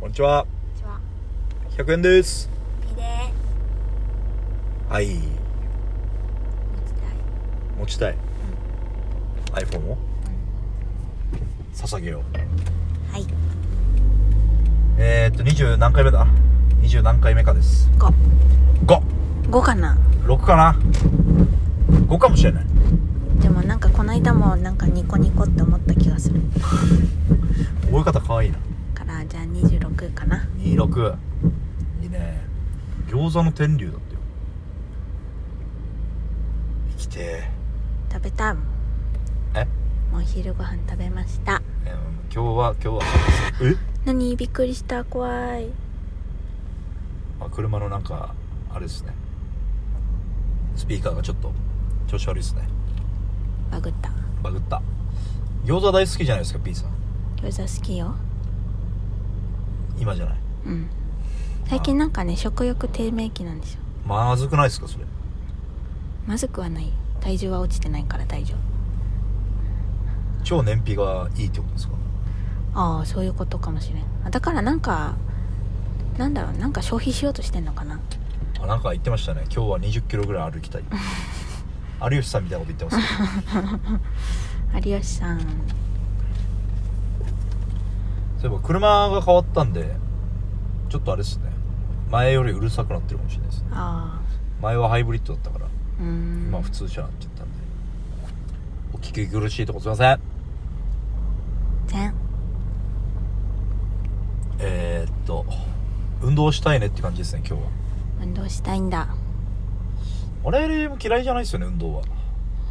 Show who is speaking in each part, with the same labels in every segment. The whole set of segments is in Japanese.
Speaker 1: こんにちは
Speaker 2: こんにちは
Speaker 1: 100円です
Speaker 2: ピで
Speaker 1: はい
Speaker 2: 持ちたい
Speaker 1: 持ちたい、iPhone を捧げよう
Speaker 2: はい
Speaker 1: えー、っと20何回目だ20何回目かです
Speaker 2: 五
Speaker 1: 56
Speaker 2: 五かな
Speaker 1: かな5かもしれない
Speaker 2: でもなんかこの間もなんかニコニコって思った気がする
Speaker 1: 覚え方かわいいな
Speaker 2: からじゃあ26かな
Speaker 1: 26いいね餃子の天竜だってよ生きてえ
Speaker 2: 食べたもん
Speaker 1: え
Speaker 2: お昼ご飯食べました
Speaker 1: えー今日は今日はえ
Speaker 2: 何びっくりした怖い
Speaker 1: あ車のなんかあれですねスピーカーがちょっと調子悪いですね
Speaker 2: バグった
Speaker 1: バグった餃子大好きじゃないですか P さん
Speaker 2: 餃子好きよ
Speaker 1: 今じゃない
Speaker 2: うん最近なんかね食欲低迷期なんですよ
Speaker 1: まずくないですかそれ
Speaker 2: まずくはない体重は落ちてないから大丈夫
Speaker 1: 超燃費がいいってことですか
Speaker 2: ああそういうことかもしれんあだからなんかなんだろうなんか消費しようとしてんのかな
Speaker 1: あなんか言ってましたね今日は2 0キロぐらい歩きたい 有吉さんみたいなこと言ってますけど
Speaker 2: 有吉さん
Speaker 1: そういえば車が変わったんでちょっとあれですね前よりうるさくなってるかもしれないですね
Speaker 2: ああ
Speaker 1: 前はハイブリッドだったから
Speaker 2: うーん
Speaker 1: 今は普通車になっちゃったんでお聞き苦しいとこすいません
Speaker 2: 全
Speaker 1: えー、っと運動したいねって感じですね今日は
Speaker 2: 運動したいんだ
Speaker 1: 我々も嫌いじゃないですよね運動は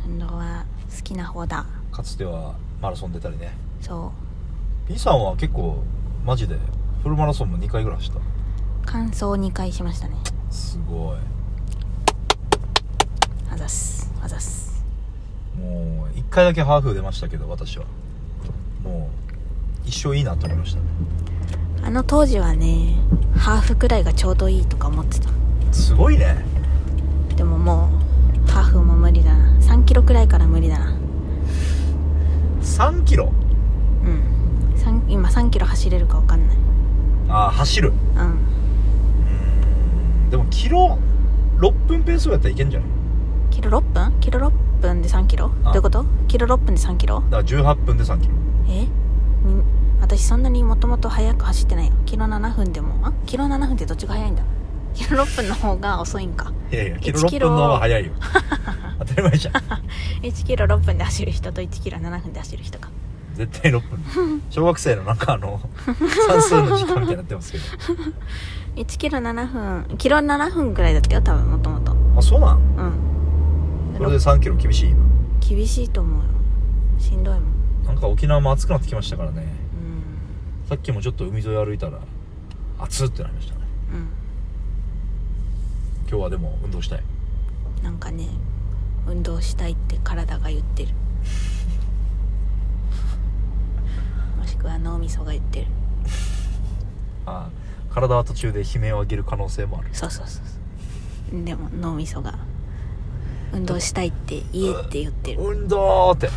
Speaker 2: 運動は好きな方だ
Speaker 1: かつてはマラソン出たりね
Speaker 2: そ
Speaker 1: B さんは結構マジでフルマラソンも2回ぐらい走っ
Speaker 2: う完走2回しましたね
Speaker 1: たすごい
Speaker 2: あざっすあざっす
Speaker 1: もう1回だけハーフ出ましたけど私はもう一生いいなと思いましたね
Speaker 2: あの当時はねハーフくらいがちょうどいいとか思ってた
Speaker 1: すごいね
Speaker 2: でももうハーフも無理だな3キロくらいから無理だな
Speaker 1: 3キロ
Speaker 2: うん三今3キロ走れるか分かんない
Speaker 1: ああ走る
Speaker 2: うん
Speaker 1: でもキロ6分ペースぐらいやったらいけんじゃない
Speaker 2: キロ6分キロ6分で3キロどういうことキロ6分で3キロ
Speaker 1: だから18分で3キロ
Speaker 2: えに私そんなにもともと速く走ってないよキロ7分でもあキロ7分ってどっちが速いんだキロ6分の方が遅いんか
Speaker 1: いやいやキロ
Speaker 2: 1
Speaker 1: 6
Speaker 2: キ
Speaker 1: 分
Speaker 2: ロ
Speaker 1: の方が早い よ当たり前じゃん
Speaker 2: 1キロ6分で走る人と1キロ7分で走る人か
Speaker 1: 絶対6分小学生のなんかあの算数の時間みたいになってますけど
Speaker 2: 1キロ7分キロ7分ぐらいだったよ多分もともと
Speaker 1: あそうなん
Speaker 2: うん
Speaker 1: それで3キロ厳しい今
Speaker 2: 厳しいと思うよしんどいもん
Speaker 1: なんか沖縄も暑くなってきましたからね
Speaker 2: うん
Speaker 1: さっきもちょっと海沿い歩いたら暑ってなりましたね今日はでも運動したい
Speaker 2: うんなんかね運動したいって体が言ってるもしくは脳みそが言ってる
Speaker 1: ああ体は途中で悲鳴を上げる可能性もある
Speaker 2: そうそうそうそうでも脳みそが運動したいって言えって言ってる
Speaker 1: 運動ーって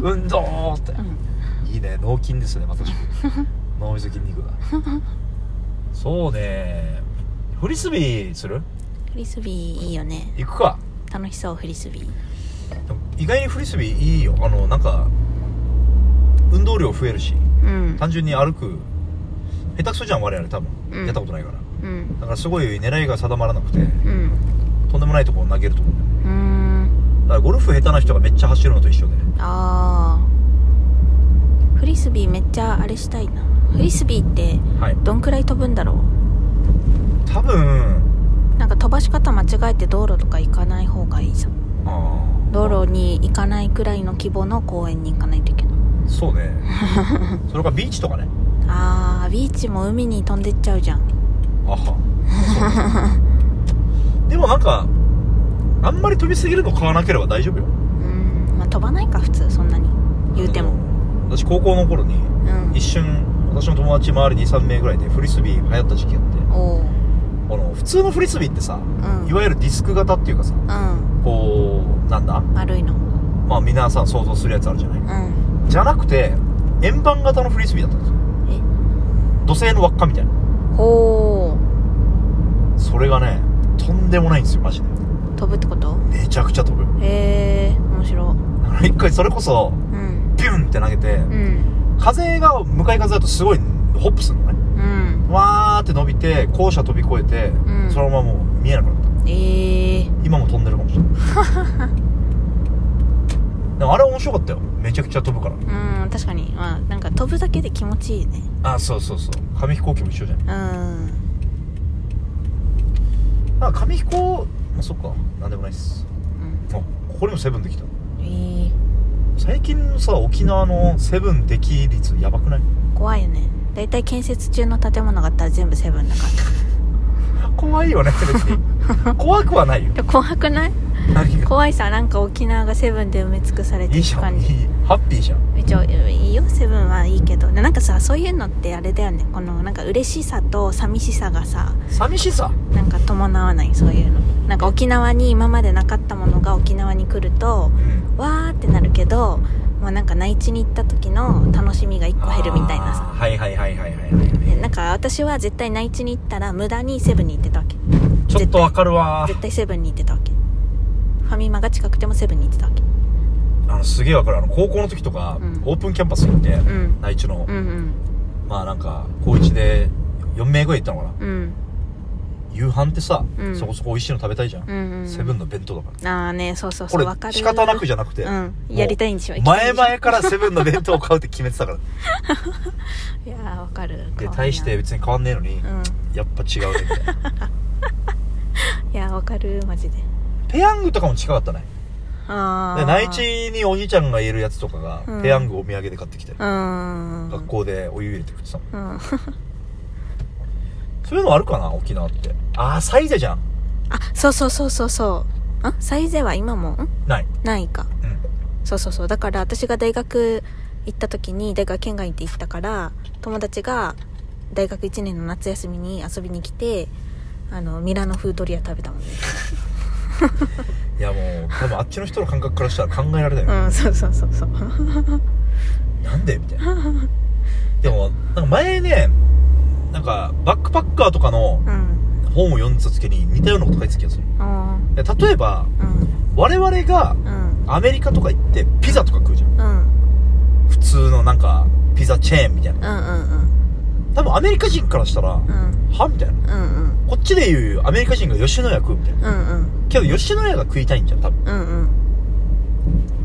Speaker 1: 運動ーって
Speaker 2: うん
Speaker 1: いいね脳筋ですねまさしく脳みそ筋肉がそうねフリスビーする
Speaker 2: フリスビーいいよね
Speaker 1: 行くか
Speaker 2: 楽しそうフリスビー
Speaker 1: でも意外にフリスビーいいよあのなんか運動量増えるし
Speaker 2: うん
Speaker 1: 単純に歩く下手くそじゃん我々多分、
Speaker 2: うん
Speaker 1: やったことないから
Speaker 2: うん
Speaker 1: だからすごい狙いが定まらなくて
Speaker 2: うん
Speaker 1: とんでもないところを投げると思うんだよね
Speaker 2: うーん
Speaker 1: だからゴルフ下手な人がめっちゃ走るのと一緒で
Speaker 2: あーフリスビーめっちゃあれしたいなフリスビーって
Speaker 1: はい
Speaker 2: どんくらい飛ぶんだろ
Speaker 1: 多分
Speaker 2: うなんか飛ばし方間違えて道路とか行かない方がいいじゃん
Speaker 1: あー
Speaker 2: 道路に行かないくらいの規模の公園に行かないといけない
Speaker 1: そう ねそれかビーチとかね
Speaker 2: あービーチも海に飛んでっちゃうじゃん
Speaker 1: あはそうねでもなんかあんまり飛びすぎるの買わなければ大丈夫よ
Speaker 2: うんまあ飛ばないか普通そんなに言うても
Speaker 1: あの私高校の頃に
Speaker 2: うん
Speaker 1: 一瞬私の友達周り23名ぐらいでフリスビー流行った時期があって
Speaker 2: おう
Speaker 1: あの普通のフリスビーってさ
Speaker 2: うん
Speaker 1: いわゆるディスク型っていうかさ
Speaker 2: うん
Speaker 1: こうなんだ
Speaker 2: 丸いのう
Speaker 1: まあ皆さん想像するやつあるじゃない
Speaker 2: ん
Speaker 1: じゃなくて円盤型のフリスビーだったんですよ
Speaker 2: え
Speaker 1: 土星の輪っかみたいな
Speaker 2: ほ
Speaker 1: それがねとんでもないんですよマジで
Speaker 2: う飛ぶってこと
Speaker 1: めちゃくちゃ飛ぶ
Speaker 2: へえ面白
Speaker 1: だから一回それこそ
Speaker 2: うん
Speaker 1: ビュンって投げて
Speaker 2: うん
Speaker 1: 風が向かい風だとすごいホップするのね
Speaker 2: うん
Speaker 1: わーって伸びて校舎飛び越えて、
Speaker 2: うん
Speaker 1: そのままもう見えなくなった
Speaker 2: ええ
Speaker 1: 今も飛んでるかもしれない でもあれ面白かったよめちゃくちゃ飛ぶから
Speaker 2: うん確かにまあなんか飛ぶだけで気持ちいいね
Speaker 1: あそうそうそう紙飛行機も一緒じゃん
Speaker 2: うん
Speaker 1: あ紙飛行まあそっかなんでもないっす
Speaker 2: うん
Speaker 1: あここにもセブンできた
Speaker 2: ええ
Speaker 1: 最近のさ沖縄のセブンでき率やばくない
Speaker 2: 怖いよね大体建設中の建物があったら全部セブンだか
Speaker 1: 怖いよね別 に怖くはないよ
Speaker 2: らで怖くない
Speaker 1: 何が
Speaker 2: 怖いさなんか沖縄がセブンで埋め尽くされて
Speaker 1: いい
Speaker 2: る
Speaker 1: じゃん
Speaker 2: 感
Speaker 1: いい
Speaker 2: じ
Speaker 1: ハッピーじゃん
Speaker 2: 一応いいよセブンはいいけどなんかさそういうのってあれだよねこのなんか嬉しさと寂しさがさ
Speaker 1: 寂しさ
Speaker 2: なんか伴わないそういうのなんか沖縄に今までなかったものが沖縄に来ると
Speaker 1: うん
Speaker 2: わーってなるけどもうなんか内地に行った時の楽しみが1個減るみたいな
Speaker 1: あ
Speaker 2: さ
Speaker 1: ーはいはいはいはいはいはい
Speaker 2: でなんか私は絶対内地に行ったら無駄にセブンに行ってたわけ
Speaker 1: ちょっとわかるわ
Speaker 2: 絶対セブンに行ってたわけファミマが近くてもセブンに行ってたわけ
Speaker 1: あのすげえわかるあの高校の時とか、
Speaker 2: うん
Speaker 1: オープンキャンパス行って、
Speaker 2: うん
Speaker 1: 内地の、
Speaker 2: うん
Speaker 1: まあなんか高一で4名ぐらい行ったのかな
Speaker 2: うんうん
Speaker 1: 夕飯ってさ、
Speaker 2: うん
Speaker 1: そこそこ美味しいの食べたいじゃん、
Speaker 2: うんうん
Speaker 1: セブンの弁当だから
Speaker 2: ああねそうそうそ
Speaker 1: こ
Speaker 2: う
Speaker 1: れ
Speaker 2: わかる
Speaker 1: 仕方なくじゃなくて、
Speaker 2: うん
Speaker 1: もう
Speaker 2: やりたいんでしょ
Speaker 1: 前々からセブンの弁当を買うって決めて たから
Speaker 2: いやーわかる
Speaker 1: で
Speaker 2: かわいいな
Speaker 1: 大して別に変わんねえのに、
Speaker 2: うん
Speaker 1: やっぱ違うねみたいな
Speaker 2: いやーわかるマジで
Speaker 1: ペヤングとかも近かったね
Speaker 2: あ
Speaker 1: で
Speaker 2: あ
Speaker 1: 内地におじいちゃんがいるやつとかが、
Speaker 2: うん
Speaker 1: ペヤングお土産で買ってきて、
Speaker 2: うーん
Speaker 1: 学校でお湯入れて食ってたもん
Speaker 2: うんあ
Speaker 1: そういうのあるかな沖縄ってああサイゼじゃん
Speaker 2: そうそうそうそうそうあサイゼは今もん
Speaker 1: ない
Speaker 2: ないか
Speaker 1: うん
Speaker 2: そうそうそうだから私が大学行った時に大学県外って行ったから友達が大学1年の夏休みに遊びに来てあのミラノ風ドリア食べたもんね
Speaker 1: いやもう多分あっちの人の感覚からしたら考えられないよ、
Speaker 2: うんそうそうそうそう
Speaker 1: なんでみたいなでもなんか前ねなんかバックパッカーとかの
Speaker 2: うん
Speaker 1: 本を読んでた時に似たようなこと書いてた気がする
Speaker 2: あ
Speaker 1: で例えば
Speaker 2: ーうん
Speaker 1: 我々が
Speaker 2: うん
Speaker 1: アメリカとか行ってピザとか食うじゃん
Speaker 2: うん
Speaker 1: 普通のなんかピザチェーンみたいな
Speaker 2: うんうん
Speaker 1: 多分アメリカ人からしたら
Speaker 2: うんうん
Speaker 1: はみたいな
Speaker 2: うんうん
Speaker 1: こっちで言うアメリカ人が吉野家食うみたいな
Speaker 2: うんうん
Speaker 1: けど吉野家が食いたいんじゃん多分
Speaker 2: うん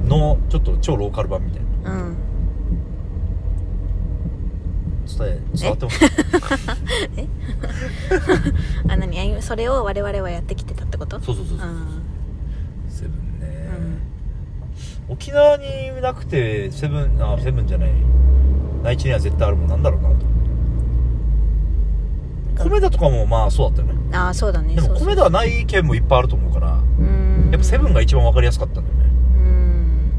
Speaker 2: うん
Speaker 1: のちょっと超ローカル版みたいな
Speaker 2: うん
Speaker 1: 伝え伝わってます
Speaker 2: あ何あそれを我々はやってきてたってこと
Speaker 1: そうそうそうそううんセブンね
Speaker 2: うん
Speaker 1: 沖縄になくてセブンあセブンじゃない内地には絶対あるもんなんだろうなと米田とかもまあそうだったよね
Speaker 2: ああそうだね
Speaker 1: で
Speaker 2: そ
Speaker 1: も
Speaker 2: うそう
Speaker 1: 米田はない県もいっぱいあると思うから
Speaker 2: うーん
Speaker 1: やっぱセブンが一番分かりやすかったんだよね
Speaker 2: うん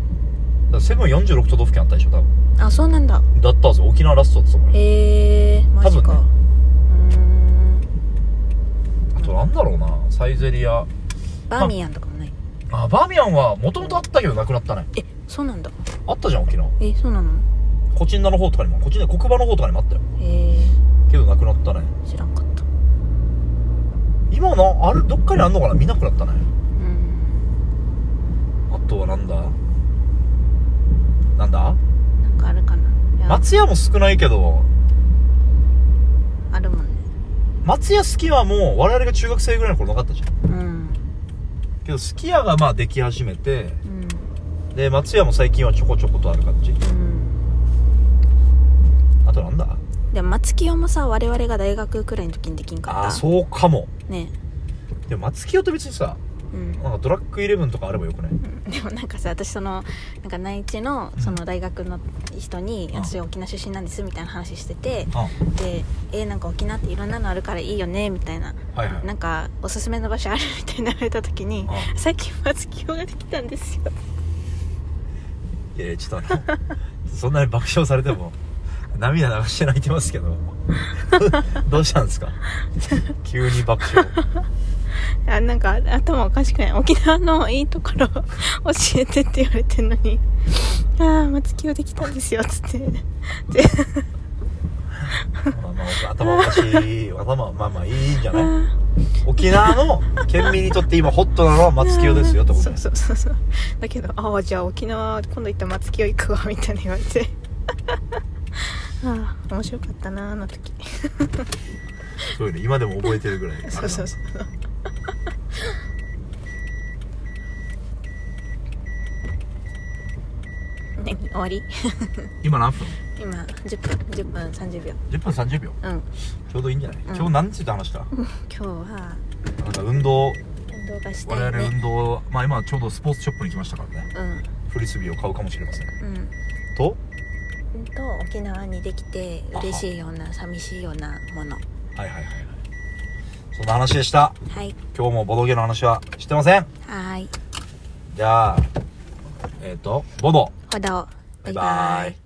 Speaker 1: だからセブン46都道府県あったでしょ多分
Speaker 2: あそうなんだ
Speaker 1: だったんですよ沖縄ラストだったと思うよ
Speaker 2: へえマジ
Speaker 1: 多
Speaker 2: か、うーん
Speaker 1: あとなんだろうなサイゼリア
Speaker 2: バーミヤンとかもない
Speaker 1: あバーミヤンはもともとあったけどなくなったね
Speaker 2: えそうなんだ
Speaker 1: あったじゃん沖縄
Speaker 2: えそうなの
Speaker 1: コチンダの方とかにもコチンダ黒馬の方とかにもあったよ
Speaker 2: へえ
Speaker 1: けどなくなったね
Speaker 2: 知らんかった
Speaker 1: 今なあるどっかにあんのかな見なくなったね
Speaker 2: うん
Speaker 1: あとはなんだなんだ
Speaker 2: なんかあるかないや
Speaker 1: 松屋も少ないけど
Speaker 2: あるもんね
Speaker 1: 松屋すき家も我々が中学生ぐらいの頃なかったじゃん
Speaker 2: うん
Speaker 1: けどすき家がまあでき始めて
Speaker 2: うん
Speaker 1: で松屋も最近はちょこちょことある感じ
Speaker 2: うん
Speaker 1: あとなんだ
Speaker 2: でも松清もさ我々が大学くらいの時にできんかった
Speaker 1: ああそうかも
Speaker 2: うね
Speaker 1: でも松清って別にさ
Speaker 2: うん
Speaker 1: なんかドラッグイレブンとかあればよくない
Speaker 2: でもなんかさ私そのなんか内地のその大学の人に「
Speaker 1: うん
Speaker 2: 私は沖縄出身なんです」みたいな話してて
Speaker 1: あ
Speaker 2: で「えなんか沖縄っていろんなのあるからいいよね」みたいな
Speaker 1: はいはい
Speaker 2: なんかおすすめの場所あるみたいな言われた時に
Speaker 1: あ
Speaker 2: さっき松清ができたんですよ
Speaker 1: いやいやちょっとあのそんなに爆笑されても涙流して泣いてますけ どどうしたんですか急に爆笑
Speaker 2: あなんか頭おかしくない沖縄のいいところ教えてって言われてんのに「ああ松清できたんですよ」っつってで
Speaker 1: まあまあ頭おかしい頭はまあまあいいんじゃない沖縄の県民にとって今ホットなのは松清ですよってこと
Speaker 2: そ
Speaker 1: で
Speaker 2: う
Speaker 1: す
Speaker 2: そうそうそうだけど「ああじゃあ沖縄今度行ったら松清行くわ」みたいに言われてああ面白かったなあの時
Speaker 1: そういうの今でも覚えてるぐらいあれなんだ
Speaker 2: そうそうそう何終わり
Speaker 1: 今何分
Speaker 2: 今10分10分30秒
Speaker 1: ?10 分30秒
Speaker 2: うん
Speaker 1: ちょうどいいんじゃない、
Speaker 2: うん
Speaker 1: 今日何について話した
Speaker 2: 今日は
Speaker 1: なんか運動
Speaker 2: 運動がした
Speaker 1: 我
Speaker 2: い
Speaker 1: 々運
Speaker 2: ね
Speaker 1: 動まあ今ちょうどスポーツショップに来ましたからね
Speaker 2: うん
Speaker 1: フリスビーを買うかもしれません
Speaker 2: うん
Speaker 1: と
Speaker 2: うんと沖縄にできて嬉しいような寂しいようなもの
Speaker 1: はいはいはいはいそんな話でした
Speaker 2: はい
Speaker 1: 今日もボドゲの話はしてません
Speaker 2: はーい
Speaker 1: じゃあえっ、とボド
Speaker 2: ほどバ
Speaker 1: バ
Speaker 2: イバイ
Speaker 1: イバイ